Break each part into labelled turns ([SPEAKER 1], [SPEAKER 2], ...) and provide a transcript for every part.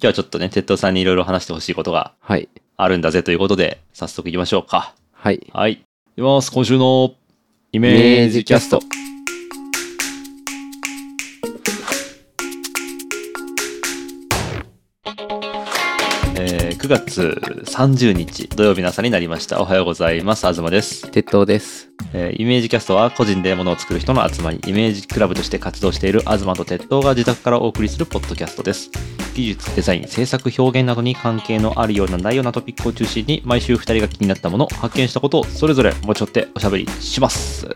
[SPEAKER 1] 日はちょっとね、鉄道さんにいろいろ話してほしいことが
[SPEAKER 2] はい。
[SPEAKER 1] あるんだぜということで、早速行きましょうか。
[SPEAKER 2] はい。
[SPEAKER 1] はい。いきます。今週のイメージキャスト。えー9月30日土曜日の朝になりました。おはようございます。東です。
[SPEAKER 2] 鉄塔です。
[SPEAKER 1] えーイメージキャストは個人で物を作る人の集まり、イメージクラブとして活動している東と鉄道が自宅からお送りするポッドキャストです。技術、デザイン、制作、表現などに関係のあるようなないようなトピックを中心に、毎週2人が気になったもの、発見したことをそれぞれ持ち寄っておしゃべりします。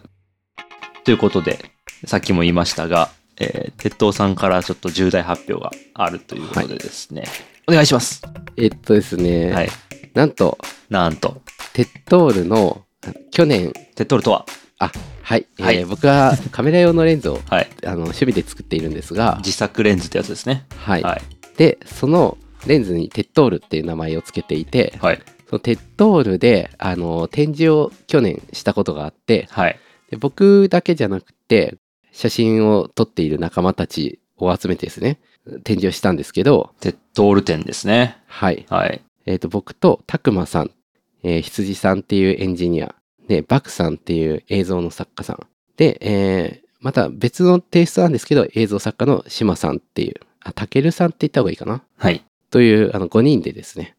[SPEAKER 1] ということで、さっきも言いましたが、えー鉄道さんからちょっと重大発表があるということでですね、お願いします。
[SPEAKER 2] えっとですね、
[SPEAKER 1] はい。
[SPEAKER 2] なんと、
[SPEAKER 1] なんと、
[SPEAKER 2] 鉄塔ルの去年、
[SPEAKER 1] 鉄道とは、
[SPEAKER 2] あ、はい、えー
[SPEAKER 1] はい
[SPEAKER 2] 僕はカメラ用のレンズを
[SPEAKER 1] はい、
[SPEAKER 2] あの趣味で作っているんですが、
[SPEAKER 1] 自作レンズってやつですね。
[SPEAKER 2] はい。
[SPEAKER 1] はい。
[SPEAKER 2] で、そのレンズに鉄塔ルっていう名前をつけていて、
[SPEAKER 1] はい。
[SPEAKER 2] その鉄塔ルで、あの、展示を去年したことがあって、
[SPEAKER 1] はい。
[SPEAKER 2] で僕だけじゃなくて写真を撮っている仲間たちを集めてですね展示をしたんですけど
[SPEAKER 1] 鉄道ル展ですね。
[SPEAKER 2] はい、
[SPEAKER 1] はい。
[SPEAKER 2] えー、と僕とたくまさん、えー羊さんっていうエンジニアでバクさんっていう映像の作家さんで、えーまた別のテイストなんですけど映像作家のしまさんっていうあたけるさんって言った方がいいかな
[SPEAKER 1] はい。
[SPEAKER 2] というあの5人でですね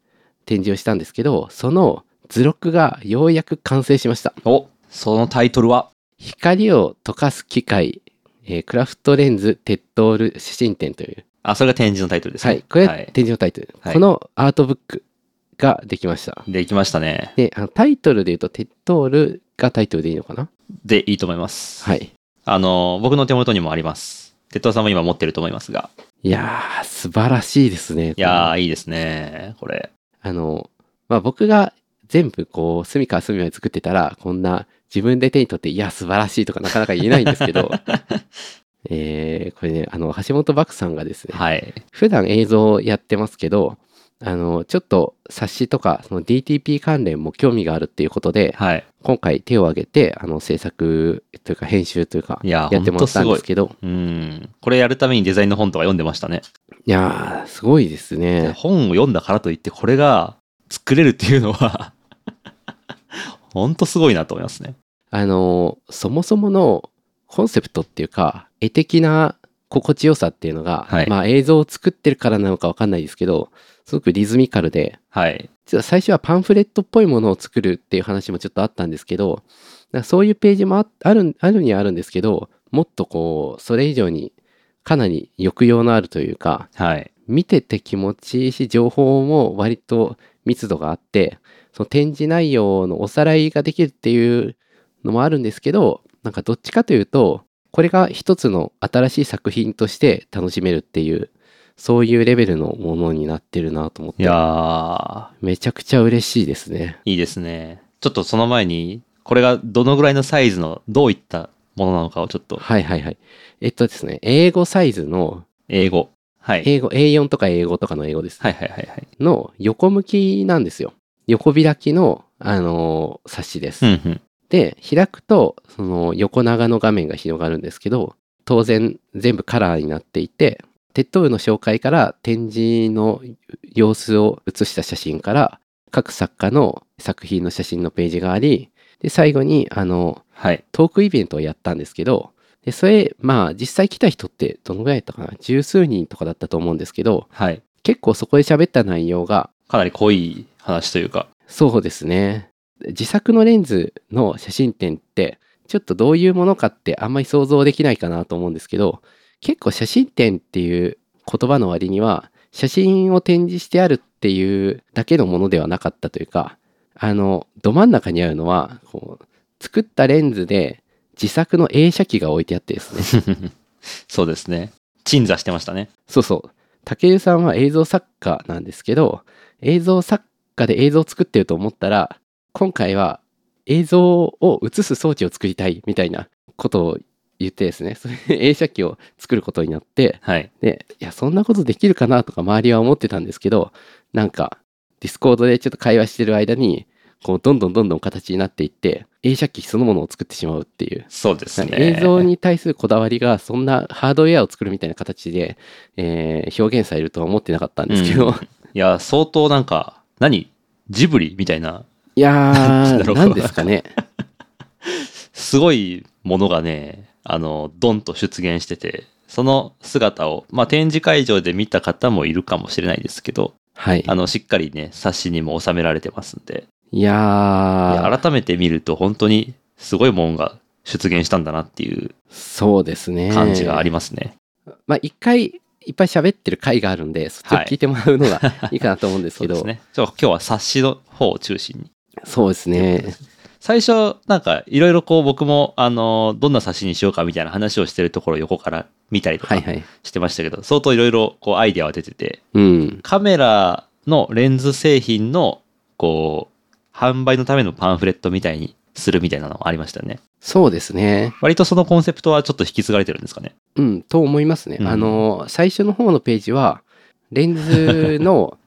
[SPEAKER 2] 展示をしたんですけどその図録がようやく完成しました
[SPEAKER 1] お、そのタイトルは、
[SPEAKER 2] 光を溶かす機械、えークラフトレンズ鉄塔ル指針展という、
[SPEAKER 1] あ、それが展示のタイトルですね。
[SPEAKER 2] はい、これ
[SPEAKER 1] は
[SPEAKER 2] 展示のタイトル、
[SPEAKER 1] はい
[SPEAKER 2] このアートブックができました。
[SPEAKER 1] できましたね。
[SPEAKER 2] で、あのタイトルで言うと、鉄塔ルがタイトルでいいのかな
[SPEAKER 1] で、いいと思います。
[SPEAKER 2] はい。
[SPEAKER 1] あの、僕の手元にもあります。鉄道さんも今持ってると思いますが。
[SPEAKER 2] いやー、素晴らしいですね。
[SPEAKER 1] いや
[SPEAKER 2] こ
[SPEAKER 1] ー、いいですね。これ。
[SPEAKER 2] のあの、まあ、僕が全部こう、隅から隅まで作ってたら、こんな自分で手に取って、いや、素晴らしいとかなかなか言えないんですけど、 えー、これね、あの、橋本漠さんがですね、
[SPEAKER 1] はい。
[SPEAKER 2] 普段映像をやってますけどあのちょっと冊子とかその DTP 関連も興味があるっていうことで
[SPEAKER 1] はい。
[SPEAKER 2] 今回手を挙げてあの制作というか編集というか
[SPEAKER 1] いやー
[SPEAKER 2] やってもらったんですけど
[SPEAKER 1] うん。これやるためにデザインの本とか読んでましたね。
[SPEAKER 2] いやーすごいですね
[SPEAKER 1] 本を読んだからといって、これが作れるっていうのは、 ほんとすごいなと思いますね。
[SPEAKER 2] あのそもそものコンセプトっていうか絵的な心地よさっていうのが、
[SPEAKER 1] はい
[SPEAKER 2] まあ映像を作ってるからなのかわかんないですけどすごくリズミカルで
[SPEAKER 1] はい。
[SPEAKER 2] 実は最初はパンフレットっぽいものを作るっていう話もちょっとあったんですけどなんかそういうページもああるあるにはあるんですけどもっとこうそれ以上にかなり抑揚のあるというか
[SPEAKER 1] はい。
[SPEAKER 2] 見てて気持ちいいし情報も割と密度があってその展示内容のおさらいができるっていうのもあるんですけどなんかどっちかというとこれが一つの新しい作品として楽しめるっていうそういうレベルのものになってるなと思っ
[SPEAKER 1] い
[SPEAKER 2] て
[SPEAKER 1] やー、
[SPEAKER 2] めちゃくちゃ嬉しいですね。
[SPEAKER 1] いいですね。ちょっとその前に、これがどのぐらいのサイズの、どういったものなのかをちょっと、
[SPEAKER 2] はいはいはい。えっとですね、英語サイズの、
[SPEAKER 1] 英語。はい。
[SPEAKER 2] 英語、A4 とか英語とかの英語です、
[SPEAKER 1] はいはいはいはい。
[SPEAKER 2] の横向きなんですよ。横開きの、あのー冊子です。
[SPEAKER 1] うんうん。
[SPEAKER 2] で、開くと、その横長の画面が広がるんですけど、当然全部カラーになっていて、鉄塔部の紹介から展示の様子を写した写真から、各作家の作品の写真のページがあり、で、最後に、あの、
[SPEAKER 1] はい。
[SPEAKER 2] トークイベントをやったんですけど、で、それ、まあ、実際来た人ってどのぐらいだったかな十数人とかだったと思うんですけど、
[SPEAKER 1] はい。
[SPEAKER 2] 結構そこで喋った内容が、
[SPEAKER 1] かなり濃い話というか。
[SPEAKER 2] そうですね。自作のレンズの写真展って、ちょっとどういうものかってあんまり想像できないかなと思うんですけど、結構写真展っていう言葉の割には、写真を展示してあるっていうだけのものではなかったというか、あの、ど真ん中にあるのは、こう、作ったレンズで自作の映写機が置いてあってですね、
[SPEAKER 1] そうですね。鎮座してましたね。
[SPEAKER 2] そうそう。武井さんは映像作家なんですけど、映像作家で映像を作ってると思ったら、今回は映像を映す装置を作りたいみたいなことを言ってですね、そ れで映写機を作ることになって、
[SPEAKER 1] はい。
[SPEAKER 2] で、いや、そんなことできるかなとか周りは思ってたんですけど、なんか、ディスコードでちょっと会話してる間に、こうどんどんどんどん形になっていって映写機そのものを作ってしまうっていう
[SPEAKER 1] そうですね。
[SPEAKER 2] 映像に対するこだわりがそんなハードウェアを作るみたいな形で、えー表現されるとは思ってなかったんですけど、
[SPEAKER 1] うんいや、相当なんか、何ジブリみたいな、
[SPEAKER 2] いや
[SPEAKER 1] なんだろ
[SPEAKER 2] ー
[SPEAKER 1] う
[SPEAKER 2] 何ですかね
[SPEAKER 1] すごいものがね、あの、ドンと出現してて、その姿を、まあ、展示会場で見た方もいるかもしれないですけど、
[SPEAKER 2] はい
[SPEAKER 1] あの、しっかりね、冊子にも収められてますんで、
[SPEAKER 2] いや
[SPEAKER 1] いや
[SPEAKER 2] ー
[SPEAKER 1] 改めて見ると本当にすごいもんが出現したんだなっていう
[SPEAKER 2] そうですね
[SPEAKER 1] 感じがありますね。
[SPEAKER 2] まあ一回いっぱい喋ってる回があるんでそっちを聞いてもらう のがいいかなと思うんです
[SPEAKER 1] そ
[SPEAKER 2] け
[SPEAKER 1] うで
[SPEAKER 2] ど
[SPEAKER 1] すね。ちょ今日は冊子の方を中心に。
[SPEAKER 2] そうですね
[SPEAKER 1] 最初、なんか、いろいろこう僕も、あの、どんな冊子にしようかみたいな話をしてるところを横から見たりと
[SPEAKER 2] はい
[SPEAKER 1] か
[SPEAKER 2] はい
[SPEAKER 1] してましたけど、相当いろいろこうアイデアは出てて、
[SPEAKER 2] うん
[SPEAKER 1] カメラのレンズ製品の、こう、販売のためのパンフレットみたいにするみたいなのもありましたね。
[SPEAKER 2] そうですね
[SPEAKER 1] 割とそのコンセプトはちょっと引き継がれてるんですかね。
[SPEAKER 2] うんと思いますね、
[SPEAKER 1] うん
[SPEAKER 2] あの最初の方のページはレン ズの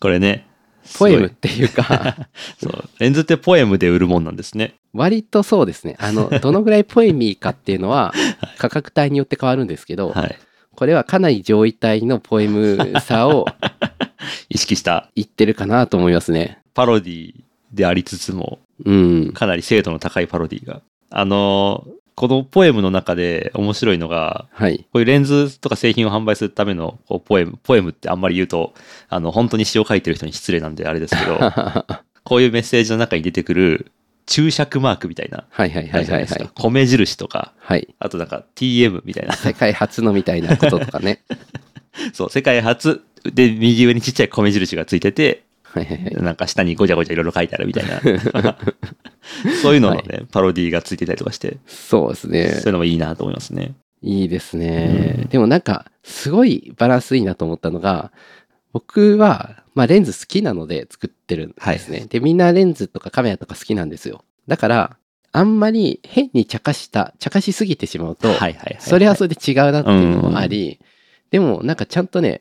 [SPEAKER 1] これね。すご
[SPEAKER 2] ポ
[SPEAKER 1] い
[SPEAKER 2] エムっていうか
[SPEAKER 1] そう。レンズってポエムで売るもんなんですね。
[SPEAKER 2] 割とそうですね あのどのぐらいポエミーかっていうのは価格帯によって変わるんですけど、
[SPEAKER 1] はい。
[SPEAKER 2] これはかなり上位帯のポエムさ を
[SPEAKER 1] 意識した
[SPEAKER 2] 言ってるかなと思いますね
[SPEAKER 1] パロディでありつつも、
[SPEAKER 2] うん
[SPEAKER 1] かなり精度の高いパロディが。あのーこのポエムの中で面白いのが、
[SPEAKER 2] はい
[SPEAKER 1] こういうレンズとか製品を販売するためのこうポエム、ポエムってあんまり言うと、あの、本当に詩を書いてる人に失礼なんであれですけど、
[SPEAKER 2] は
[SPEAKER 1] こういうメッセージの中に出てくる注釈マークみたいな、
[SPEAKER 2] いはいは
[SPEAKER 1] あ
[SPEAKER 2] いは
[SPEAKER 1] る
[SPEAKER 2] い
[SPEAKER 1] じゃな
[SPEAKER 2] はいい
[SPEAKER 1] ですか。米印とか、
[SPEAKER 2] はい
[SPEAKER 1] あとなんか TM みたいな。
[SPEAKER 2] 世界初のみたいなこととかね
[SPEAKER 1] そう、世界初で右上にちっちゃい米印がついてて、
[SPEAKER 2] はいはいはい
[SPEAKER 1] なんか下にごちゃごちゃいろいろ書いてあるみたい な。そういうののね、パロディがついてたりとかして、
[SPEAKER 2] そうですね
[SPEAKER 1] そういうのもいいなと思いますね。
[SPEAKER 2] いいですね、
[SPEAKER 1] うん
[SPEAKER 2] でもなんかすごいバランスいいなと思ったのが僕は、まあ、レンズ好きなので作ってるんですね、でみんなレンズとかカメラとか好きなんですよだからあんまり変に茶化した茶化しすぎてしまうと、
[SPEAKER 1] はいはいはい。
[SPEAKER 2] それはそれで違うなっていうのもあり、でもなんかちゃんとね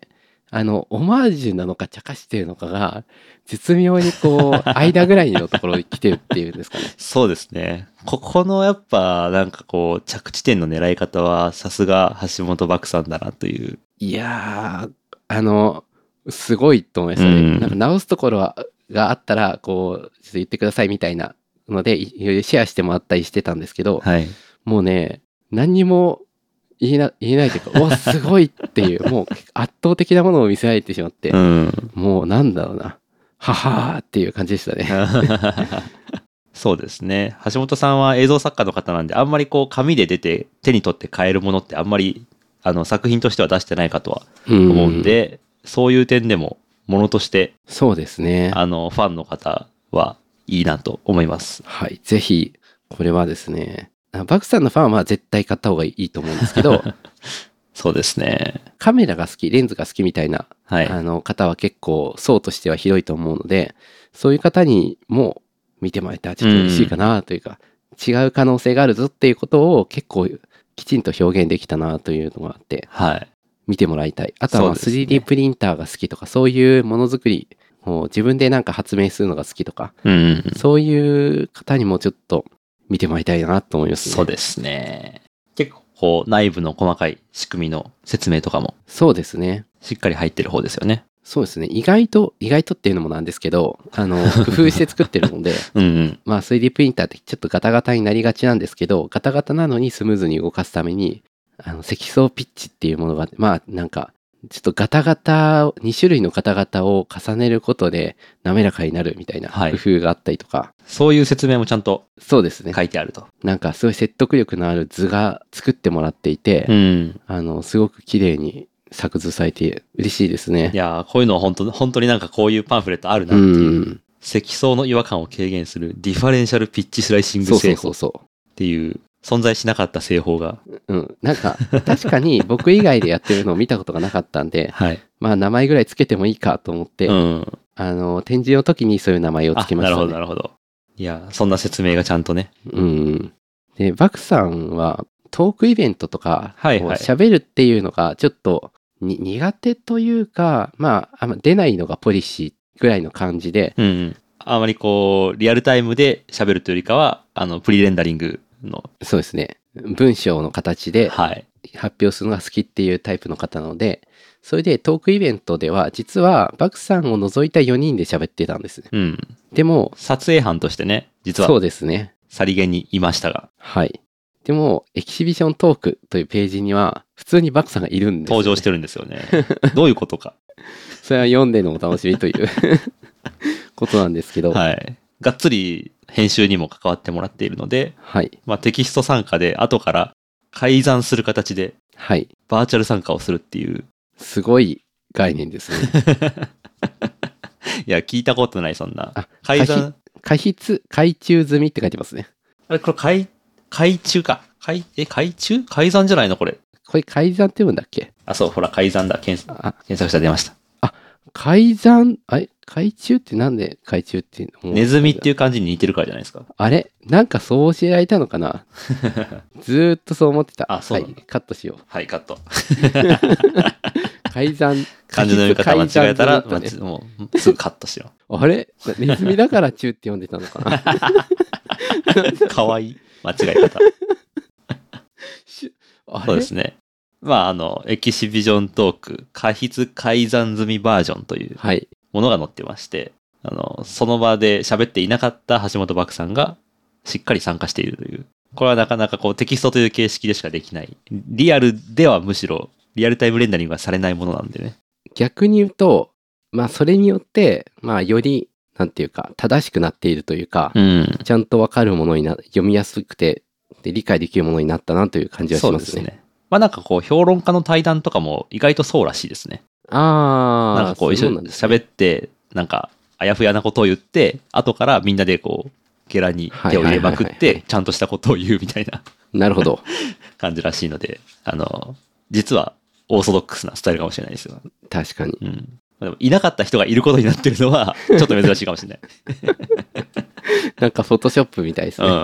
[SPEAKER 2] あのオマージュなのか茶化してるのかが絶妙にこ う間ぐらいのところに来てるっていうんですかね
[SPEAKER 1] そうですね。ここのやっぱ、なんかこう、着地点の狙い方は、さすが橋本漠さんだなという。
[SPEAKER 2] いやー、あの、すごいと思いましたね。
[SPEAKER 1] うん
[SPEAKER 2] なんか直すところはがあったら、こう、ちょっと言ってくださいみたいなので、いいろいろシェアしてもらったりしてたんですけど、
[SPEAKER 1] はい。
[SPEAKER 2] もうね、何にも言えな言えないというか、おすごいって いう、もう圧倒的なものを見せられてしまって
[SPEAKER 1] う、 ん。
[SPEAKER 2] もうなんだろうな、ははーっていう感じでしたね。
[SPEAKER 1] そうですね。橋本さんは映像作家の方なんで、あんまりこう、紙で出て、手に取って買えるものって、あんまり、あの、作品としては出してないかとは思うん
[SPEAKER 2] うん、
[SPEAKER 1] で、そういう点でも、ものとして、
[SPEAKER 2] そうですね。
[SPEAKER 1] あの、ファンの方はいいなと思います。
[SPEAKER 2] はい、ぜひ、これはですね、あバクさんのファンは絶対買った方がいいと思うんです けど、
[SPEAKER 1] そうですね。
[SPEAKER 2] カメラが好き、レンズが好きみたいな
[SPEAKER 1] はい。
[SPEAKER 2] あの方は結構層としては広いと思うのでそういう方にも見てもらえたらちょっと嬉しいかなというか、違う可能性があるぞっていうことを結構きちんと表現できたなというのがあって
[SPEAKER 1] はい。
[SPEAKER 2] 見てもらいたいあとはまあ
[SPEAKER 1] そうですね
[SPEAKER 2] 3D プリンターが好きとかそういうものづくりを自分でなんか発明するのが好きとか
[SPEAKER 1] うん。
[SPEAKER 2] そういう方にもちょっと見てもらいたいなと思いますね、
[SPEAKER 1] そうですね。結構、こう、内部の細かい仕組みの説明とかも、
[SPEAKER 2] そうですね
[SPEAKER 1] しっかり入ってる方ですよね。
[SPEAKER 2] そうですね意外と意外とっていうのもなんですけどあの工夫して作ってるので
[SPEAKER 1] うんうん。
[SPEAKER 2] まあ 3D プリンターってちょっとガタガタになりがちなんですけど、ガタガタなのにスムーズに動かすために、あの積層ピッチっていうものがあって、まあなんか、ちょっとガタガタを、2種類のガタガタを重ねることで滑らかになるみたいな
[SPEAKER 1] はい
[SPEAKER 2] 工夫があったりとか、
[SPEAKER 1] そういう説明もちゃんと
[SPEAKER 2] そうですね。
[SPEAKER 1] 書いてあると。
[SPEAKER 2] なんかすごい説得力のある図が作ってもらっていて、
[SPEAKER 1] うん。
[SPEAKER 2] あの、すごく綺麗に作図されて嬉しいです
[SPEAKER 1] い
[SPEAKER 2] ね。
[SPEAKER 1] やーこういうのは本当、本当になんかこういうパンフレットあるな
[SPEAKER 2] う
[SPEAKER 1] っていう。
[SPEAKER 2] ん。
[SPEAKER 1] 積層の違和感を軽減するディファレンシャルピッチスライシン
[SPEAKER 2] そ
[SPEAKER 1] グ
[SPEAKER 2] うそ
[SPEAKER 1] 製
[SPEAKER 2] うそ
[SPEAKER 1] 法
[SPEAKER 2] う
[SPEAKER 1] っ
[SPEAKER 2] そう。
[SPEAKER 1] ていう存在しなかった製法が。
[SPEAKER 2] うん。なんか、確かに僕以外でやってるのを見たことがなかったんで、
[SPEAKER 1] はい。
[SPEAKER 2] まあ名前ぐらいつけてもいいかと思って、
[SPEAKER 1] うん。
[SPEAKER 2] あの展示の時にそういう名前をつけました、ね。
[SPEAKER 1] あなるほど、なるほど。いや、そんな説明がちゃんとね。
[SPEAKER 2] うん。で、バクさんはトークイベントとか、
[SPEAKER 1] はいはい
[SPEAKER 2] こう喋るっていうのがちょっとに苦手というか、まあ、あんま出ないのがポリシーぐらいの感じで、
[SPEAKER 1] うん、うん。あまりこう、リアルタイムで喋るというよりかは、あの、プリレンダリングの、
[SPEAKER 2] そうですね。文章の形で
[SPEAKER 1] はい。
[SPEAKER 2] 発表するのが好きっていうタイプの方なので、それでトークイベントでは、実はバクさんを除いた4人で喋ってたんです。
[SPEAKER 1] うん。
[SPEAKER 2] でも、
[SPEAKER 1] 撮影班としてね、実
[SPEAKER 2] そう
[SPEAKER 1] は、
[SPEAKER 2] ですね。
[SPEAKER 1] さりげにいましたが、
[SPEAKER 2] はい。でも、エキシビショントークというページには、普通にバクさんがいるんです。
[SPEAKER 1] 登場してるんですよ ね。どういうことか。
[SPEAKER 2] それは読んでのお楽しみという ことなんですけど、はい。
[SPEAKER 1] はい。がっつり編集にも関わってもらっているので、
[SPEAKER 2] はい。
[SPEAKER 1] まあ、テキスト参加で後から改ざんする形でバーチャル参加をするっていう。
[SPEAKER 2] すごい概念ですね。
[SPEAKER 1] いや、聞いたことない、そんな。
[SPEAKER 2] あ、
[SPEAKER 1] 改ざん。
[SPEAKER 2] 開筆、開中済みって書いてますね。
[SPEAKER 1] あれ、これ、改、改中か。改、え、改中改ざんじゃないのこれ。
[SPEAKER 2] これ改ざんって読むんだっけ
[SPEAKER 1] あ、そう、ほら、改ざんだ。検索
[SPEAKER 2] あ、
[SPEAKER 1] 検索者出ました。
[SPEAKER 2] 改ざん、あれ改中ってなんで改中っていうの
[SPEAKER 1] ネズミって
[SPEAKER 2] い
[SPEAKER 1] い
[SPEAKER 2] う。
[SPEAKER 1] う感じに似てるからじゃないですか。
[SPEAKER 2] あれなんかそう教えられたの かなずーっとそう思ってた。
[SPEAKER 1] あそうな
[SPEAKER 2] は
[SPEAKER 1] の
[SPEAKER 2] い。カットしよ
[SPEAKER 1] はい、カット。
[SPEAKER 2] う。改ざん。
[SPEAKER 1] 漢字の読み方間違えた ら、
[SPEAKER 2] 改ざん済みだっ
[SPEAKER 1] もう、すぐカットし ろ。
[SPEAKER 2] たねあれネズミだから中って読んでたのか な
[SPEAKER 1] かわいい。間違え方。
[SPEAKER 2] しあ
[SPEAKER 1] そう
[SPEAKER 2] れ
[SPEAKER 1] ですね。まあ、あの、エキシビジョントーク、過筆改ざん済みバージョンという
[SPEAKER 2] はい。
[SPEAKER 1] ものが載ってまして、あの、その場で喋っていなかった橋本漠さんがしっかり参加しているという。これはなかなかこうテキストという形式でしかできない。リアルではむしろリアルタイムレンダリングがされないものなんでね。
[SPEAKER 2] 逆に言うと、まあそれによって、まあより、なんていうか、正しくなっているというか、
[SPEAKER 1] うん。
[SPEAKER 2] ちゃんとわかるものにな、読みやすくて、で理解できるものになったなという感じはし
[SPEAKER 1] そう
[SPEAKER 2] ま
[SPEAKER 1] ですす
[SPEAKER 2] ね。
[SPEAKER 1] ね。まあなんかこう評論家の対談とかも意外とそうらしいですね。
[SPEAKER 2] ああ、
[SPEAKER 1] なんかこう一
[SPEAKER 2] そ
[SPEAKER 1] 緒
[SPEAKER 2] う
[SPEAKER 1] に
[SPEAKER 2] なんですね
[SPEAKER 1] 喋って、なんかあやふやなことを言って、後からみんなでこう、ゲラに手を入れまく
[SPEAKER 2] はいはいは
[SPEAKER 1] っ
[SPEAKER 2] いはいは
[SPEAKER 1] て、ちゃんとしたことを言うみたいな
[SPEAKER 2] なるほど。
[SPEAKER 1] 感じらしいので、あの、実はオーソドックスなスタイルかもしれないですよ。
[SPEAKER 2] 確かに。
[SPEAKER 1] うん。でもいなかった人がいることになってるの は、ちょっと珍しいかもしれない。
[SPEAKER 2] なんかフォトショップみたいです
[SPEAKER 1] う
[SPEAKER 2] ね。
[SPEAKER 1] ん。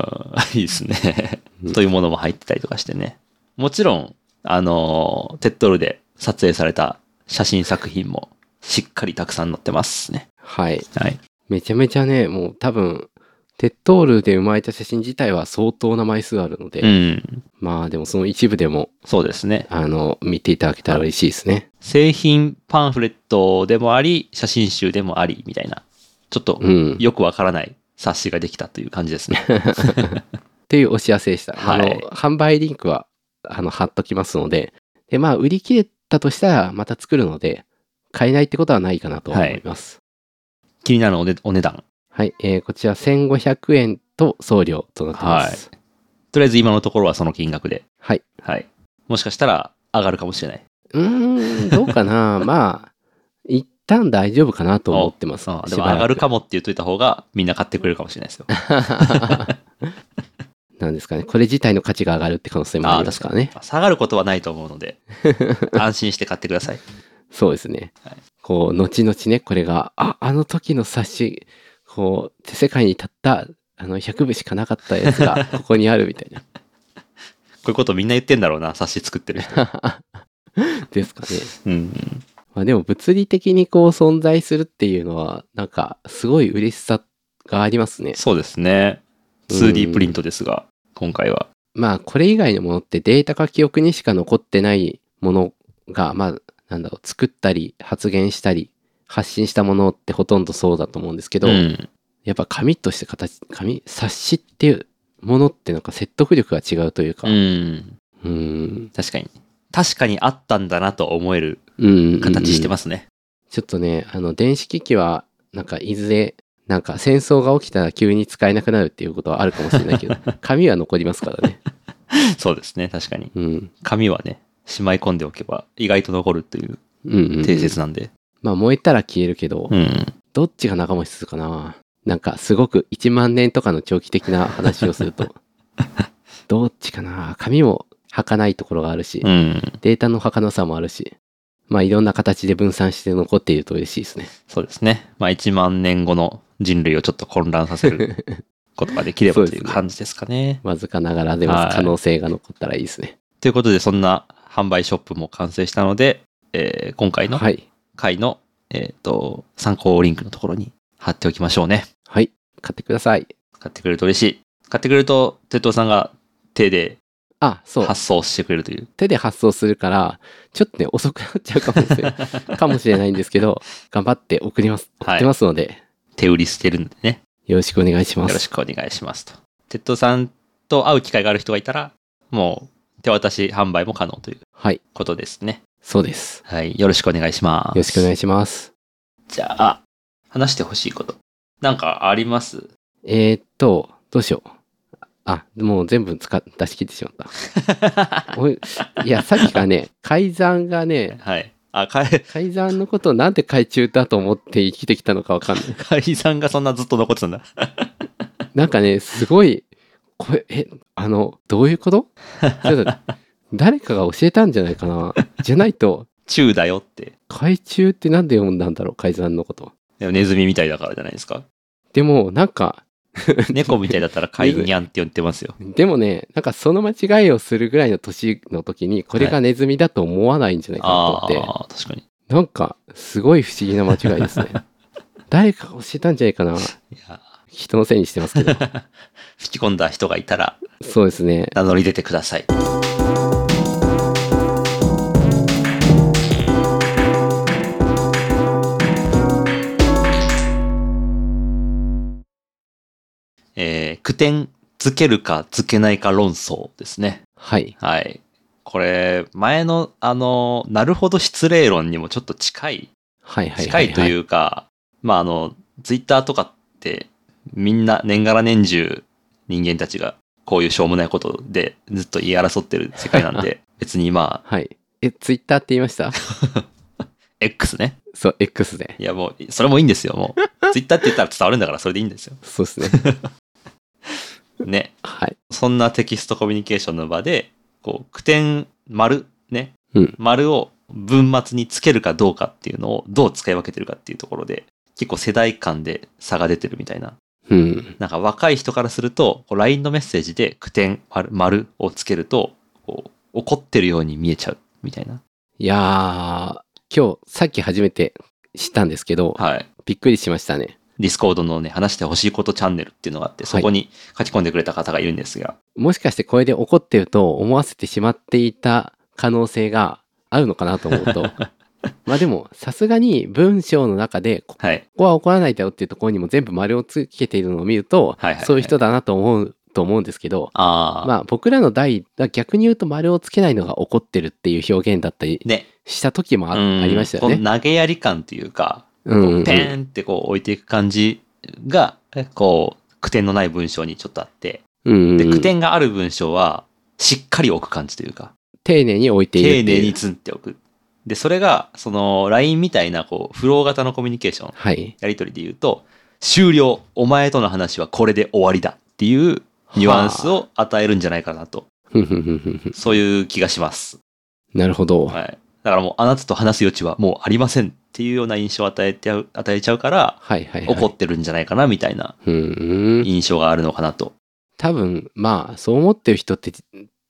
[SPEAKER 1] いいですね
[SPEAKER 2] うん。
[SPEAKER 1] というものも入ってたりとかしてね。もちろん、あの、テッドルで撮影された写真作品も、しっかりたくさん載ってますね。
[SPEAKER 2] はい。
[SPEAKER 1] はい。
[SPEAKER 2] めちゃめちゃね、もう多分、テッドールで生まれた写真自体は相当な枚数あるので、
[SPEAKER 1] うん。
[SPEAKER 2] まあでもその一部でも、
[SPEAKER 1] そうですね。
[SPEAKER 2] あの、見ていただけたら嬉しいですね。
[SPEAKER 1] 製品パンフレットでもあり、写真集でもあり、みたいな。ちょっと
[SPEAKER 2] う、ん。
[SPEAKER 1] よくわからない冊子ができたという感じですね。
[SPEAKER 2] っていうお知らせでした。
[SPEAKER 1] はい
[SPEAKER 2] あの、販売リンクは、あの、貼っときますので、で、まあ、売り切れたとしたら、また作るので、買えないってことはないかなと思います。
[SPEAKER 1] 気になるお,、ね、お値段。
[SPEAKER 2] はい、えーこちら1500円と送料となってます。
[SPEAKER 1] とりあえず今のところはその金額で。
[SPEAKER 2] はい。
[SPEAKER 1] はい。もしかしたら上がるかもしれない。
[SPEAKER 2] うーん、どうか なまあ、一旦大丈夫かなと思ってます。
[SPEAKER 1] あで
[SPEAKER 2] し
[SPEAKER 1] も
[SPEAKER 2] ばら
[SPEAKER 1] 上
[SPEAKER 2] く
[SPEAKER 1] がるかもって言っといた方がみんな買ってくれるかもしれないですよ。
[SPEAKER 2] なんですかね。これ自体の価値が上がるって可能性もありますからね。
[SPEAKER 1] あ下がることはないと思うので、 安心して買ってください。
[SPEAKER 2] そうですね。
[SPEAKER 1] はい
[SPEAKER 2] こう、後々ね、これが、あ、あの時の冊子、こう、世界にたった、あの、100部しかなかったやつ が、ここにあるみたい
[SPEAKER 1] こういうことみんな言ってんだろうな、冊子作ってる 人。
[SPEAKER 2] な。 ですかね。
[SPEAKER 1] うん。
[SPEAKER 2] まあでも、物理的にこう、存在するっていうのは、なんか、すごい嬉しさがありますね。
[SPEAKER 1] そうですね。
[SPEAKER 2] うん
[SPEAKER 1] 2D プリントですが、今回は。
[SPEAKER 2] まあ、これ以外のものってデータか記憶にしか残ってないものが、まあ、なんだろう、作ったり、発言したり、発信したものってほとんどそうだと思うんですけど、
[SPEAKER 1] ん。
[SPEAKER 2] やっぱ紙として形、紙、冊子っていうものってなんか説得力が違うというか、
[SPEAKER 1] う。
[SPEAKER 2] うんーん、
[SPEAKER 1] 確かに。確かにあったんだなと思える
[SPEAKER 2] うん、。
[SPEAKER 1] 形してますすね。
[SPEAKER 2] ちょっとね、あの、電子機器は、なんかいずれ、なんか戦争が起きたら急に使えなくなるっていうことはあるかもしれない けど、紙は残りますからね。
[SPEAKER 1] そうですね、確かに。
[SPEAKER 2] うん。
[SPEAKER 1] 紙はね、しまい込んでおけば意外と残るという
[SPEAKER 2] うん、うん。
[SPEAKER 1] 定説なんで。
[SPEAKER 2] まあ燃えたら消えるけど、
[SPEAKER 1] うん。
[SPEAKER 2] どっちが長持ちするかななんかすごく1万年とかの長期的な話をす ると、どっちかな紙も儚いところがあるし、
[SPEAKER 1] うん。
[SPEAKER 2] データの儚さもあるし、まあいろんな形で分散して残っていると嬉しいですね。
[SPEAKER 1] そうですね。まあ1万年後の人類をちょっと混乱させる ことができればという感じですかね。
[SPEAKER 2] わずかながらでも
[SPEAKER 1] はい
[SPEAKER 2] 可能性が残ったらいいですね。
[SPEAKER 1] ということで、そんな販売ショップも完成したので、えー今回の
[SPEAKER 2] はい。
[SPEAKER 1] 回の、えっ、と、参考リンクのところに貼っておきましょうね。
[SPEAKER 2] は買ってください。
[SPEAKER 1] 買ってくれると嬉しい。買ってくれると、鉄道さんが手で
[SPEAKER 2] あ、そう。
[SPEAKER 1] 発送してくれるという。
[SPEAKER 2] 手で発送するから、ちょっとね、遅くなっちゃうかもしれ ない、かもしれないんですけど、頑張って送ります。
[SPEAKER 1] はい
[SPEAKER 2] 送ってますので、
[SPEAKER 1] 手売りしてるんでね。
[SPEAKER 2] よろしくお願いしま
[SPEAKER 1] よろ
[SPEAKER 2] す。
[SPEAKER 1] しくお願いしますと。鉄道さんと会う機会がある人がいたら、もう手渡し販売も可能という
[SPEAKER 2] はい、
[SPEAKER 1] ことですね。
[SPEAKER 2] そうです。
[SPEAKER 1] はい。よろしくお願いします。
[SPEAKER 2] よろしくお願いします。
[SPEAKER 1] じゃあ、話してほしいこと。なんかあります
[SPEAKER 2] えー、っと、どうしよう。あ、もう全部使っ出し切ってしま った。おいいや、さっきからね、改ざんがね、
[SPEAKER 1] はい。あ、かい、
[SPEAKER 2] 改ざんのことをなんで海中だと思って生きてきたのか わかんない。
[SPEAKER 1] かいさんがそんなずっと残ってたんだ。
[SPEAKER 2] なんかね、すごい、これ、え、あの、どういうことちょっと誰かが教えたんじゃないかな。じゃないと、
[SPEAKER 1] 中だよって。
[SPEAKER 2] 海中ってなんで読んだんだろう、海山のこと。
[SPEAKER 1] でもネズミみたいだからじゃないです か。
[SPEAKER 2] でも、なんか、
[SPEAKER 1] 猫みたいだったらカイニャンって呼んでますよ。
[SPEAKER 2] でもね、なんかその間違いをするぐらいの年の時に、これがネズミだと思わないんじゃないかなと思
[SPEAKER 1] あ
[SPEAKER 2] って、
[SPEAKER 1] あ、確かに。
[SPEAKER 2] なんか、すごい不思議な間違 いですね。誰かが教えたんじゃないかな。
[SPEAKER 1] いや、
[SPEAKER 2] 人のせいにしてますけど。
[SPEAKER 1] 吹き込んだ人がいたら
[SPEAKER 2] そうですね。
[SPEAKER 1] 名乗り出てください。えー、句点つけるかつけないか論争ですね。
[SPEAKER 2] はい。
[SPEAKER 1] はい。これ、前の、あの、なるほど失礼論にもちょっと近い
[SPEAKER 2] はいはいは
[SPEAKER 1] 近
[SPEAKER 2] い、はい。
[SPEAKER 1] いというか、まああの、ツイッターとかって、みんな年がら年中人間たちがこういうしょうもないことでずっと言い争ってる世界なん で、別にまあ、
[SPEAKER 2] はい。え、ツイッターって言いました
[SPEAKER 1] X ね。
[SPEAKER 2] そう、X で。
[SPEAKER 1] いやもう、それもいいんですよ、もう。ツイッターって言ったら伝わるんだからそれでいいんですよ。
[SPEAKER 2] そうですね。
[SPEAKER 1] ね。
[SPEAKER 2] はい。
[SPEAKER 1] そんなテキストコミュニケーションの場で、こう、句点、丸、ね。
[SPEAKER 2] うん
[SPEAKER 1] 丸を文末につけるかどうかっていうのをどう使い分けてるかっていうところで、結構世代間で差が出てるみたいな
[SPEAKER 2] うん。
[SPEAKER 1] なんか若い人からすると、こう LINE のメッセージで句点、丸丸をつけると、こう怒ってるように見えちゃう、みたいな。
[SPEAKER 2] いやー、今日、さっき初めて知ったんですけど、
[SPEAKER 1] はい。
[SPEAKER 2] びっくりしましたね。
[SPEAKER 1] ディスコードのね、話してほしいことチャンネルっていうのがあって、そこに書き込んでくれた方がいるんですが、
[SPEAKER 2] もしかしてこれで怒ってると思わせてしまっていた可能性があるのかなと思う と、まあでも、さすがに文章の中で、こ
[SPEAKER 1] はい。
[SPEAKER 2] こは怒らないだよっていうところにも全部丸をつけているのを見ると、
[SPEAKER 1] はいはいはい
[SPEAKER 2] そういう人だなと思う、と思うんですけど、
[SPEAKER 1] あー、
[SPEAKER 2] まあ僕らの代、逆に言うと丸をつけないのが怒ってるっていう表現だったり
[SPEAKER 1] ね。
[SPEAKER 2] した時もあ
[SPEAKER 1] うん
[SPEAKER 2] ありましたよ
[SPEAKER 1] こ
[SPEAKER 2] ね。
[SPEAKER 1] の投げやり感というか、
[SPEAKER 2] うんうんうん
[SPEAKER 1] ペーンってこう置いていく感じが、こう、句点のない文章にちょっとあって、
[SPEAKER 2] うんうん
[SPEAKER 1] で、
[SPEAKER 2] うん
[SPEAKER 1] 句点がある文章は、しっかり置く感じというか、
[SPEAKER 2] 丁寧に置いている
[SPEAKER 1] 丁
[SPEAKER 2] っていう
[SPEAKER 1] 寧に積んでおく。で、それが、その、LINE みたいな、こう、フロー型のコミュニケーション、
[SPEAKER 2] はい。
[SPEAKER 1] やり取りで言うと、終了お前との話はこれで終わりだっていうニュアンスを与えるんじゃないかなと、
[SPEAKER 2] ふんふんふんふんふん
[SPEAKER 1] そういう気がします。
[SPEAKER 2] なるほど。
[SPEAKER 1] は。
[SPEAKER 2] はい
[SPEAKER 1] だからもう、あなたと話す余地はもうありませんっていうような印象を与えてやう与えちゃうから、
[SPEAKER 2] いはい、はい。
[SPEAKER 1] 怒ってるんじゃないかなみたいな
[SPEAKER 2] うんうん。
[SPEAKER 1] 印象があるのかなと。
[SPEAKER 2] 多分、まあ、そう思ってる人って、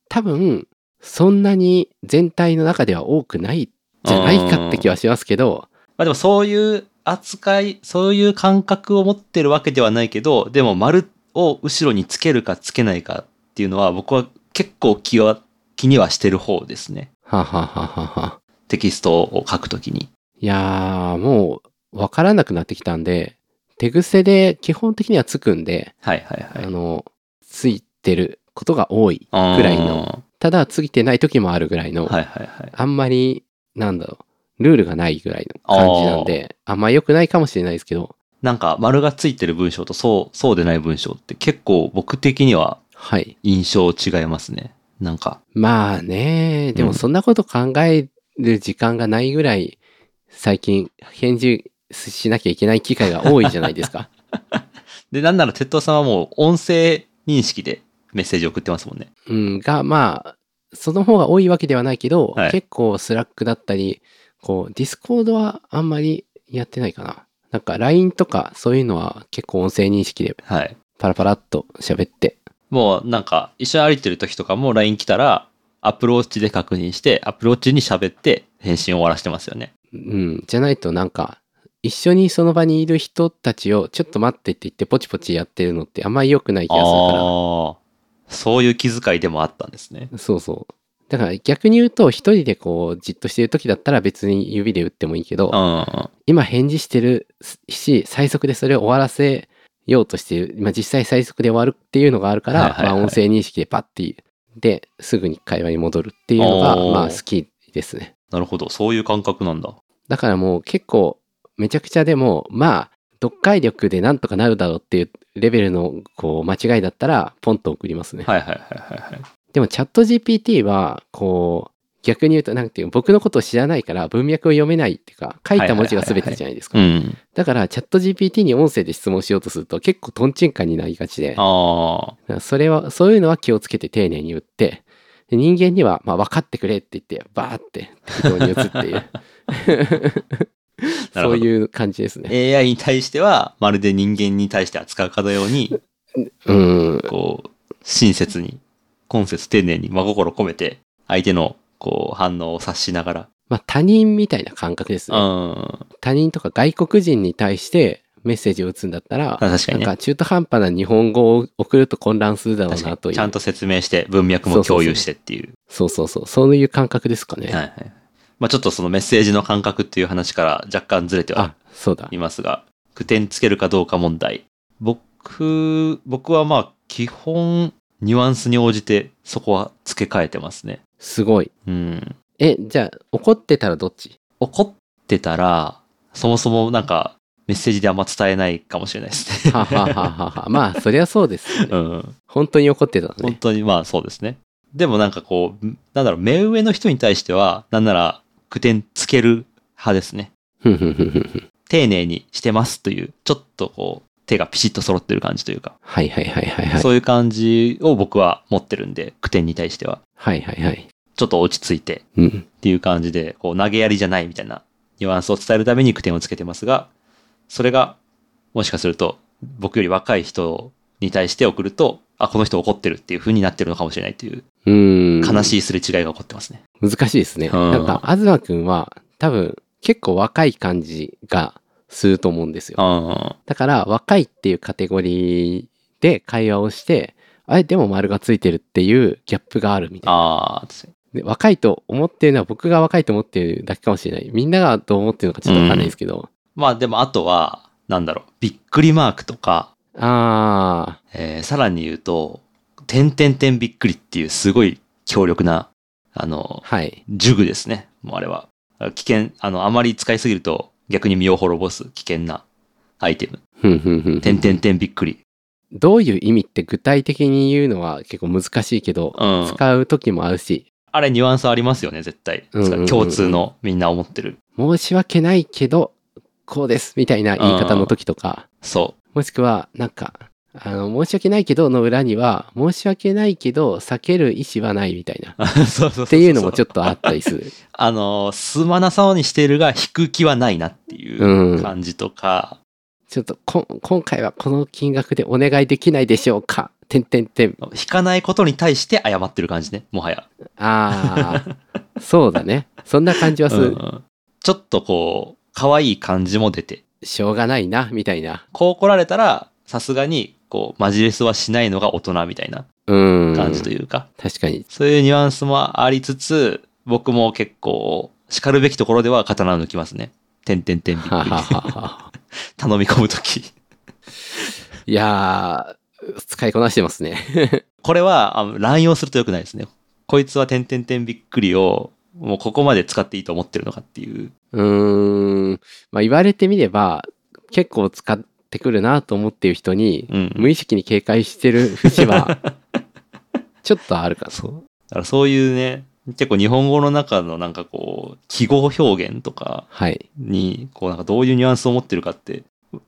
[SPEAKER 2] 多分、そんなに全体の中では多くないじゃないかって気
[SPEAKER 1] は。
[SPEAKER 2] はしますけど、
[SPEAKER 1] まあでもそういう扱い、そういう感覚を持ってるわけではないけど、でも丸を後ろにつけるかつけないかっていうのは僕は結構気は、気にはしてる方ですね。
[SPEAKER 2] ははははは。
[SPEAKER 1] テキストを書くときに。
[SPEAKER 2] いやー、もう、わからなくなってきたんで、手癖で基本的にはつくんで、
[SPEAKER 1] はいはい
[SPEAKER 2] あ
[SPEAKER 1] はい。
[SPEAKER 2] の、ついてることが多い。ぐらいのただ、ついてない時もあるぐらいの、
[SPEAKER 1] うん。はいはいはい。
[SPEAKER 2] あんまり、なんだろう、ルールがないぐらいの感じなんで、あんま良くないかもしれないですけど、
[SPEAKER 1] なんか丸がついてる文章とそう、そうでない文章って結構僕的には
[SPEAKER 2] はい。
[SPEAKER 1] 印象違いますね。なんか。
[SPEAKER 2] まあね、で
[SPEAKER 1] うん
[SPEAKER 2] もそんなこと考える時間がないぐらい、最近返事しなきゃいけない機会が多いじゃないで すか。
[SPEAKER 1] で、なんなら鉄道さんはもう音声認識でメッセージ送ってますもんね。
[SPEAKER 2] うん、が、まあ、その方が多いわけではないけど、
[SPEAKER 1] はい
[SPEAKER 2] 結構スラックだったり、こう、ディスコードはあんまりやってないかな。なんか LINE とかそういうのは結構音声認識で
[SPEAKER 1] はい。
[SPEAKER 2] パラパラっと喋って。
[SPEAKER 1] もうなんか一緒に歩いてる時とかも LINE 来たら、アプローチで確認して、アプローチに喋って返信を終わらせてますよね。
[SPEAKER 2] うん、じゃないとなんか、一緒にその場にいる人たちをちょっと待ってって言ってポチポチやってるのってあんまり良くない気
[SPEAKER 1] あ
[SPEAKER 2] がするか
[SPEAKER 1] あ、そういう気遣いでもあったんですね。
[SPEAKER 2] ら。そうそう。だから逆に言うと一人でこうじっとしてる時だったら別に指で打ってもいいけど、
[SPEAKER 1] うん。
[SPEAKER 2] 今返事してるし最速でそれを終わらせようとしてる、まあ、実際最速で終わるっていうのがあるから、
[SPEAKER 1] はいはいはい
[SPEAKER 2] まあ、音声認識でパッてですぐに会話に戻るっていうのが
[SPEAKER 1] おー
[SPEAKER 2] まあ好きですね
[SPEAKER 1] なるほど。そういう感覚なんだ。
[SPEAKER 2] だからもう結構めちゃくちゃでもまあ読解力でなんとかなるだろうっていうレベルのこう間違いだったらポンと送りますね、
[SPEAKER 1] はいはいはいはいはい。
[SPEAKER 2] でもチャット GPT はこう逆に言うとなんていうの僕のことを知らないから文脈を読めないっていうか書いた文字が全てじゃないですか
[SPEAKER 1] うん。
[SPEAKER 2] だからチャット GPT に音声で質問しようとすると結構トンチンカンになりがちで、だか
[SPEAKER 1] あ
[SPEAKER 2] らそれは、そういうのは気をつけて丁寧に打って、で人間には、まあ、分かってくれって言って、バーって適当に打つっ ていう、
[SPEAKER 1] なるほど
[SPEAKER 2] そういう感じですね。
[SPEAKER 1] あ。AI に対しては、まるで人間に対して扱うかのよう に、
[SPEAKER 2] うん、
[SPEAKER 1] こう、親切に、懇切丁寧に、真心込めて、相手の、こう、反応を察しながら。
[SPEAKER 2] まあ、他人みたいな感覚です
[SPEAKER 1] う
[SPEAKER 2] ね。
[SPEAKER 1] ん。
[SPEAKER 2] 他人とか外国人に対してメッセージを打つんだったら、
[SPEAKER 1] 確かにね
[SPEAKER 2] なんか中途半端な日本語を送ると混乱するだろう
[SPEAKER 1] 確か
[SPEAKER 2] な
[SPEAKER 1] に
[SPEAKER 2] という。
[SPEAKER 1] ちゃんと説明して、文脈も共有してっていう。
[SPEAKER 2] そうそうそう、そういう感覚ですかね。
[SPEAKER 1] はいはい。まあちょっとそのメッセージの感覚っていう話から若干ずれては
[SPEAKER 2] あ、そうだ。
[SPEAKER 1] いますが、句点つけるかどうか問題。僕、僕はまあ基本ニュアンスに応じてそこは付け替えてますね。
[SPEAKER 2] すごい。
[SPEAKER 1] うん。
[SPEAKER 2] え、じゃあ、怒ってたらどっち
[SPEAKER 1] 怒ってたら、そもそもなんかメッセージであんま伝えないかもしれないです ね。
[SPEAKER 2] ははははは。まあ、そりゃそうですよね。
[SPEAKER 1] うん。
[SPEAKER 2] 本当に怒ってたの
[SPEAKER 1] 本
[SPEAKER 2] ね。
[SPEAKER 1] 当にまあそうですね。でもなんかこう、なんだろう、目上の人に対しては、なんなら句点つける派ですね。
[SPEAKER 2] ふんふんふんふんふん
[SPEAKER 1] 丁寧にしてますという、ちょっとこう、手がピシッと揃ってる感じというか、
[SPEAKER 2] はいはいはいはいはい。
[SPEAKER 1] そういう感じを僕は持ってるんで、句点に対しては。
[SPEAKER 2] はいはいはい。
[SPEAKER 1] ちょっと落ち着いて
[SPEAKER 2] うん。
[SPEAKER 1] っていう感じで、こう、投げやりじゃないみたいなニュアンスを伝えるために句点をつけてますが、それが、もしかすると、僕より若い人に対して送ると、あ、この人怒ってるっていう風になってるのかもしれないという、
[SPEAKER 2] うーん。
[SPEAKER 1] 悲
[SPEAKER 2] い。
[SPEAKER 1] しいすれ違いが起こってますね。
[SPEAKER 2] 難しいですね。
[SPEAKER 1] うん
[SPEAKER 2] なんか、東くんは多分結構若い感じがすると思うんですよ。
[SPEAKER 1] あ
[SPEAKER 2] だから、若いっていうカテゴリーで会話をして、あれ、でも丸がついてるっていうギャップがあるみたいな。
[SPEAKER 1] あー、
[SPEAKER 2] で若いと思ってるのは僕が若いと思ってるだけかもしれない。みんながどう思ってるのかちょっとわかんないですけど。
[SPEAKER 1] まあでもあとは、なんだろう、びっくりマークとか、
[SPEAKER 2] あ
[SPEAKER 1] えーさらに言うと、点点点びっくりっていうすごい強力な、あの
[SPEAKER 2] ー、、はい。
[SPEAKER 1] 塾ですね。もうあれは。危険、あの、あまり使いすぎると逆に身を滅ぼす危険なアイテム。
[SPEAKER 2] ふんふんふんふん
[SPEAKER 1] 点点点びっくり。
[SPEAKER 2] どういう意味って具体的に言うのは結構難しいけど、
[SPEAKER 1] うん。
[SPEAKER 2] 使う時もあるし、
[SPEAKER 1] あれニュアンスありますよね、絶対。
[SPEAKER 2] うんうんうんうん
[SPEAKER 1] 共通のみんな思ってる。
[SPEAKER 2] 申し訳ないけど、こうですみたいな言い方の時とか、
[SPEAKER 1] そ
[SPEAKER 2] もしくは、なんか、あの、申し訳ないけどの裏には、申し訳ないけど避ける意思はないみたいな。
[SPEAKER 1] う。 そうそうそう
[SPEAKER 2] っていうのもち
[SPEAKER 1] っ
[SPEAKER 2] ょ
[SPEAKER 1] と。
[SPEAKER 2] っとあったりする。
[SPEAKER 1] あの、すまなそうにしてるが、引く気はないなっていううん感じとか、
[SPEAKER 2] ちょっとこ、今回はこの金額でお願いできないでしょうかてんてんてん。
[SPEAKER 1] 引かないことに対して謝ってる感じね、もはや。
[SPEAKER 2] ああ、そうだね。そんな感じはす
[SPEAKER 1] う
[SPEAKER 2] る。
[SPEAKER 1] んちょっとこう、可愛い感じも出て、
[SPEAKER 2] しょうがないな、みたいな。
[SPEAKER 1] こう怒られたら、さすがに、こう、マジレスはしないのが大人みたいな
[SPEAKER 2] うん。
[SPEAKER 1] 感じというか、
[SPEAKER 2] 確かに。
[SPEAKER 1] そういうニュアンスもありつつ、僕も結構、叱るべきところでは刀を抜きますね。てんてんてんびっく
[SPEAKER 2] はは
[SPEAKER 1] り。
[SPEAKER 2] はは。
[SPEAKER 1] 頼み込むとき。
[SPEAKER 2] いやー、使いこなしてますね。
[SPEAKER 1] これは、あの乱用すると良くないですね。こいつはてんてんてんびっくりを、もうここまで使っていいと思ってるのかっていう。
[SPEAKER 2] うーん。まあ言われてみれば、結構使ってくるなと思っている人に、
[SPEAKER 1] うん。
[SPEAKER 2] 無意識に警戒してる節 は、ちょっとあるかな。
[SPEAKER 1] そう。だからそういうね、結構日本語の中のなんかこう、記号表現とか、
[SPEAKER 2] はい。
[SPEAKER 1] に、こうなんかどういうニュアンスを持ってるかって、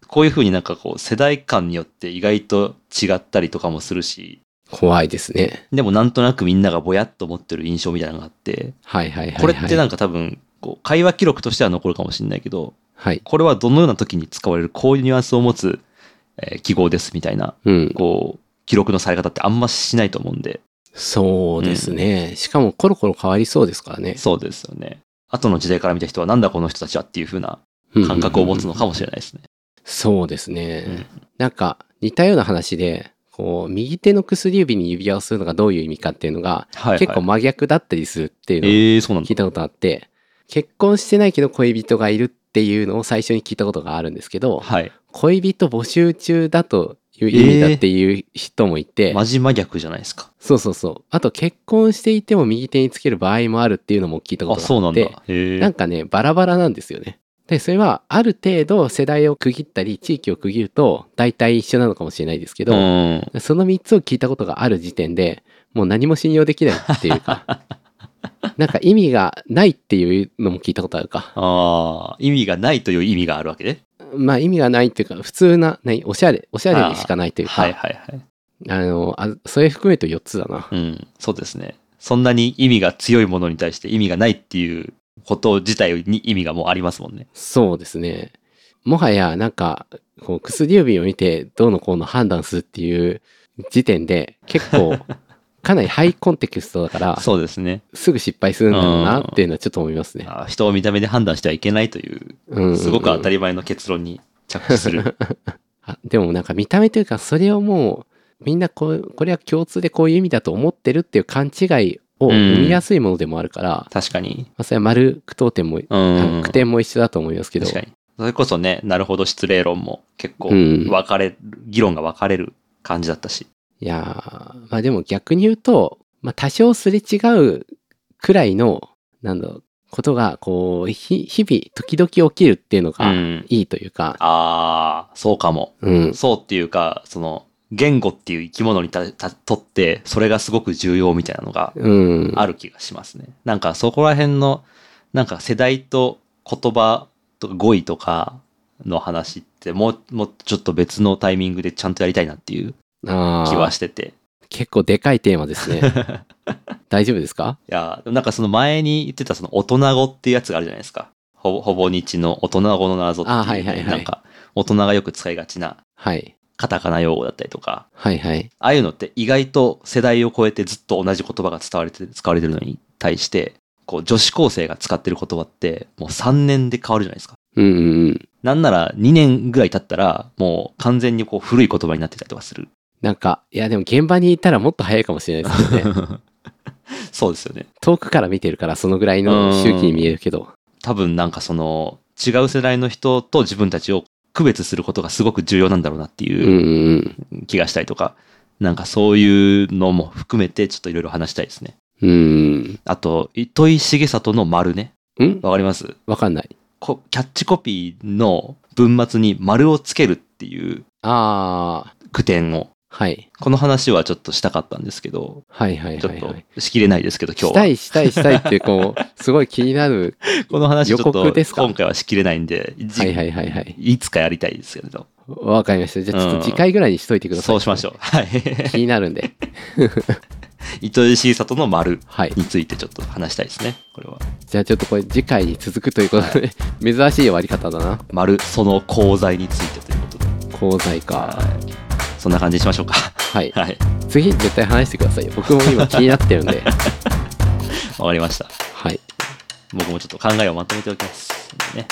[SPEAKER 1] こういうふうになんかこう世代間によって意外と違ったりとかもするし、
[SPEAKER 2] 怖いですね。
[SPEAKER 1] でもなんとなくみんながぼやっと持ってる印象みたいなのがあって、
[SPEAKER 2] はいはいはい、はい。
[SPEAKER 1] これって
[SPEAKER 2] は
[SPEAKER 1] なんか多分、こう会話記録としては残るかもしれないけど、
[SPEAKER 2] い。
[SPEAKER 1] これはどのような時に使われるこういうニュアンスを持つ、えー記号ですみたいな、
[SPEAKER 2] うん。
[SPEAKER 1] こう、記録のされ方ってあんましないと思うんで、
[SPEAKER 2] そうですね、しかもコロコロ変わりそうですからね。
[SPEAKER 1] そうですよね。後の時代から見た人はなんだこの人たちはっていうふうな感覚を持つのかもしれないですね。
[SPEAKER 2] そうですね。
[SPEAKER 1] うん
[SPEAKER 2] なんか似たような話で、こう、右手の薬指に指輪をするのがどういう意味かっていうのが、
[SPEAKER 1] はい、はい。
[SPEAKER 2] 結構真逆だったりするっていうのを
[SPEAKER 1] えー、そうなんだ
[SPEAKER 2] 聞い。たことあって、結婚してないけど恋人がいるっていうのを最初に聞いたことがあるんですけど、
[SPEAKER 1] はい。
[SPEAKER 2] 恋人募集中だという意味だっていう人もいて、
[SPEAKER 1] マジ真逆じゃないですか。
[SPEAKER 2] そうそうそう。あと結婚していても右手につける場合もあるっていうのも聞いたこ
[SPEAKER 1] あ、
[SPEAKER 2] と
[SPEAKER 1] そう
[SPEAKER 2] があ
[SPEAKER 1] な
[SPEAKER 2] っ
[SPEAKER 1] んだ
[SPEAKER 2] て、。
[SPEAKER 1] へ
[SPEAKER 2] なん
[SPEAKER 1] え。
[SPEAKER 2] かね、バラバラなんですよね。で、それはある程度世代を区切ったり、地域を区切ると大体一緒なのかもしれないですけ
[SPEAKER 1] う
[SPEAKER 2] ど、
[SPEAKER 1] ん。
[SPEAKER 2] その3つを聞いたことがある時点で、もう何も信用できないっていう か、なんか意味がないっていうのも聞いたことあるか。
[SPEAKER 1] ああ、意味がないという意味があるわけで。
[SPEAKER 2] まあ意味がないっていうか、普通な、何、おしゃれ、おしゃれでしかないというか、
[SPEAKER 1] はいはいはい。
[SPEAKER 2] あのあ、それ含めると4つだな。
[SPEAKER 1] うん、そうですね。そんなに意味が強いものに対して意味がないっていうこと自体に意味がもうありますもんね。
[SPEAKER 2] そうですね。もはや、なんか、こう、薬指を見て、どうのこうの判断するっていう時点で、結構、かなりハイコンテクストだから、
[SPEAKER 1] そうですね。
[SPEAKER 2] すぐ失敗するんだろうなっていうのはちょっと思いますね。
[SPEAKER 1] あ人を見た目で判断してはいけないという、
[SPEAKER 2] うん
[SPEAKER 1] すごく当た
[SPEAKER 2] り。
[SPEAKER 1] り前の結論に着地する。
[SPEAKER 2] あでもなんか見た目というか、それをもう、みんなこう、これは共通でこういう意味だと思ってるっていう勘違いを生みやすいものでもあるから、ま
[SPEAKER 1] 確かに。
[SPEAKER 2] あそれは丸句読点も、
[SPEAKER 1] う
[SPEAKER 2] あ
[SPEAKER 1] ん
[SPEAKER 2] の。句点も一緒だと思いますけど
[SPEAKER 1] 確、かに。それこそね、なるほど失礼論も結構
[SPEAKER 2] うん
[SPEAKER 1] 分かれる、議論が分かれる感じだったし。
[SPEAKER 2] いやー、まあでも逆に言うと、まあ多少すれ違うくらいの、なんだろう、ことが、こう、ひ日々、時々起きるっていうの
[SPEAKER 1] う
[SPEAKER 2] が、
[SPEAKER 1] ん。
[SPEAKER 2] いいというか、
[SPEAKER 1] ああ、そうかも。
[SPEAKER 2] うん、
[SPEAKER 1] そうっていうか、その、言語っていう生き物にたたとって、それがすごく重要みたいなのが
[SPEAKER 2] うん、
[SPEAKER 1] ある気がしますね。なんかそこら辺の、なんか世代と言葉とか語彙とかの話って、もう、もうちょっと別のタイミングでちゃんとやりたいなっていう
[SPEAKER 2] あー
[SPEAKER 1] 気はしてて。
[SPEAKER 2] 結構でかいテーマです ね。大丈夫ですか
[SPEAKER 1] いや、でもなんかその前に言ってたその大人語っていうやつがあるじゃないですか。ほぼ、ほぼ日の大人語の謎っていう、
[SPEAKER 2] あはいはいはい
[SPEAKER 1] なんか大人がよく使いがちな
[SPEAKER 2] はい。
[SPEAKER 1] カタカナ用語だったりとか、
[SPEAKER 2] はいはい。
[SPEAKER 1] ああいうのって意外と世代を超えてずっと同じ言葉が伝われて、使われてるのに対して、こう女子高生が使ってる言葉ってもう3年で変わるじゃないですか。
[SPEAKER 2] うんうんうん。
[SPEAKER 1] なんなら2年ぐらい経ったら、もう完全にこう古い言葉になってたりとかする。
[SPEAKER 2] なんか、いやでも現場にいたらもっと早いかもしれないですよね。
[SPEAKER 1] そうですよね。
[SPEAKER 2] 遠くから見てるからそのぐらいの周期に見えるけど。
[SPEAKER 1] 多分なんかその違う世代の人と自分たちを区別することがすごく重要なんだろうなって
[SPEAKER 2] うんう
[SPEAKER 1] いうん
[SPEAKER 2] うん。
[SPEAKER 1] 気がしたりとか、なんかそういうのも含めてちょっといろいろ話したいですね。
[SPEAKER 2] うん。
[SPEAKER 1] あと、糸井重里の丸ね。
[SPEAKER 2] ん
[SPEAKER 1] わかります
[SPEAKER 2] わかんない。
[SPEAKER 1] こキャッチコピーの文末に丸をつけるっていう
[SPEAKER 2] あー。
[SPEAKER 1] 句点を。
[SPEAKER 2] はい。
[SPEAKER 1] この話はちょっとしたかったんですけど、
[SPEAKER 2] はいはい
[SPEAKER 1] ちょ
[SPEAKER 2] は
[SPEAKER 1] っ
[SPEAKER 2] い、はい。
[SPEAKER 1] としきれないですけど、今
[SPEAKER 2] し
[SPEAKER 1] 日は
[SPEAKER 2] た。いしたいしたいってこ うすごい気になる
[SPEAKER 1] この話ちょっ
[SPEAKER 2] 予告
[SPEAKER 1] と
[SPEAKER 2] ですか
[SPEAKER 1] 今回はしきれないんで、い
[SPEAKER 2] はいはいはいはい
[SPEAKER 1] いつかやりたいですけれど。
[SPEAKER 2] わかりましたじゃあちょっ
[SPEAKER 1] うん
[SPEAKER 2] と次回ぐらいにしといてくださ
[SPEAKER 1] そ
[SPEAKER 2] い、
[SPEAKER 1] うしましょう。は
[SPEAKER 2] 気
[SPEAKER 1] い。
[SPEAKER 2] になるんで
[SPEAKER 1] 糸井重里の丸
[SPEAKER 2] はい
[SPEAKER 1] についてちょっと話したいですね。これは。
[SPEAKER 2] じゃあちょっとこれ次回に続くということで 珍しい終わり方だな
[SPEAKER 1] 丸、その功罪についてということで。
[SPEAKER 2] 功罪か
[SPEAKER 1] はいそんな感じにしましょうか。
[SPEAKER 2] はい
[SPEAKER 1] はい。
[SPEAKER 2] 次絶対話してくださいよ僕も今気になってる んで
[SPEAKER 1] わかりました。
[SPEAKER 2] はい
[SPEAKER 1] 僕もちょっと考えをまとめておきます。ね。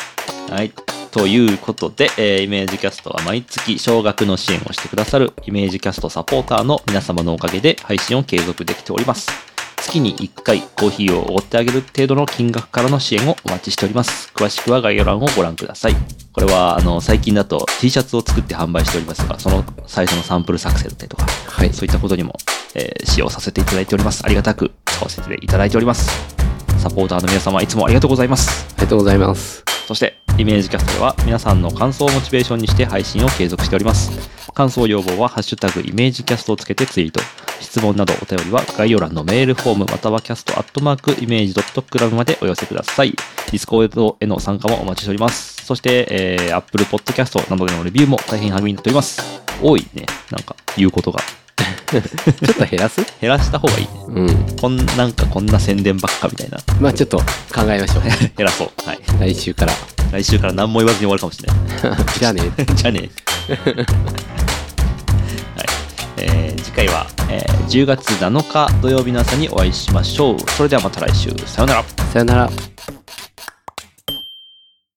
[SPEAKER 1] はい。ということで、えーイメージキャストは毎月少額の支援をしてくださるイメージキャストサポーターの皆様のおかげで配信を継続できております。月に1回コーヒーをおごってあげる程度の金額からの支援をお待ちしております。詳しくは概要欄をご覧ください。これは、あの、最近だと T シャツを作って販売しておりますが、その最初のサンプル作成だったりとか、
[SPEAKER 2] はい
[SPEAKER 1] そういったことにも、えー使用させていただいております。ありがたく使わせていただいております。サポーターの皆様いつもありがとうございます。
[SPEAKER 2] ありがとうございます
[SPEAKER 1] そして、イメージキャストでは皆さんの感想をモチベーションにして配信を継続しております。感想要望は、ハッシュタグイメージキャストをつけてツイート。質問などお便りは概要欄のメールフォームまたはキャストアットマークイメージドットクラブまでお寄せください。ディスコードへの参加もお待ちしております。そして、えー、Apple Podcast などでのレビューも大変励みになっております。多いね。なんか、言うことが。
[SPEAKER 2] ちょっと減らす
[SPEAKER 1] 減らした方がいいね。
[SPEAKER 2] うん
[SPEAKER 1] こんなんかこんな宣伝ばっかみたいな。
[SPEAKER 2] まあちょっと考えましょう
[SPEAKER 1] 偉そう。はい。
[SPEAKER 2] 来週から
[SPEAKER 1] 来週から何も言わずに終わるかもしれない。
[SPEAKER 2] じゃあね
[SPEAKER 1] じゃあね。はい。えー次回は、えー10月7日土曜日の朝にお会いしましょう。それではまた来週。さようなら。
[SPEAKER 2] さよなら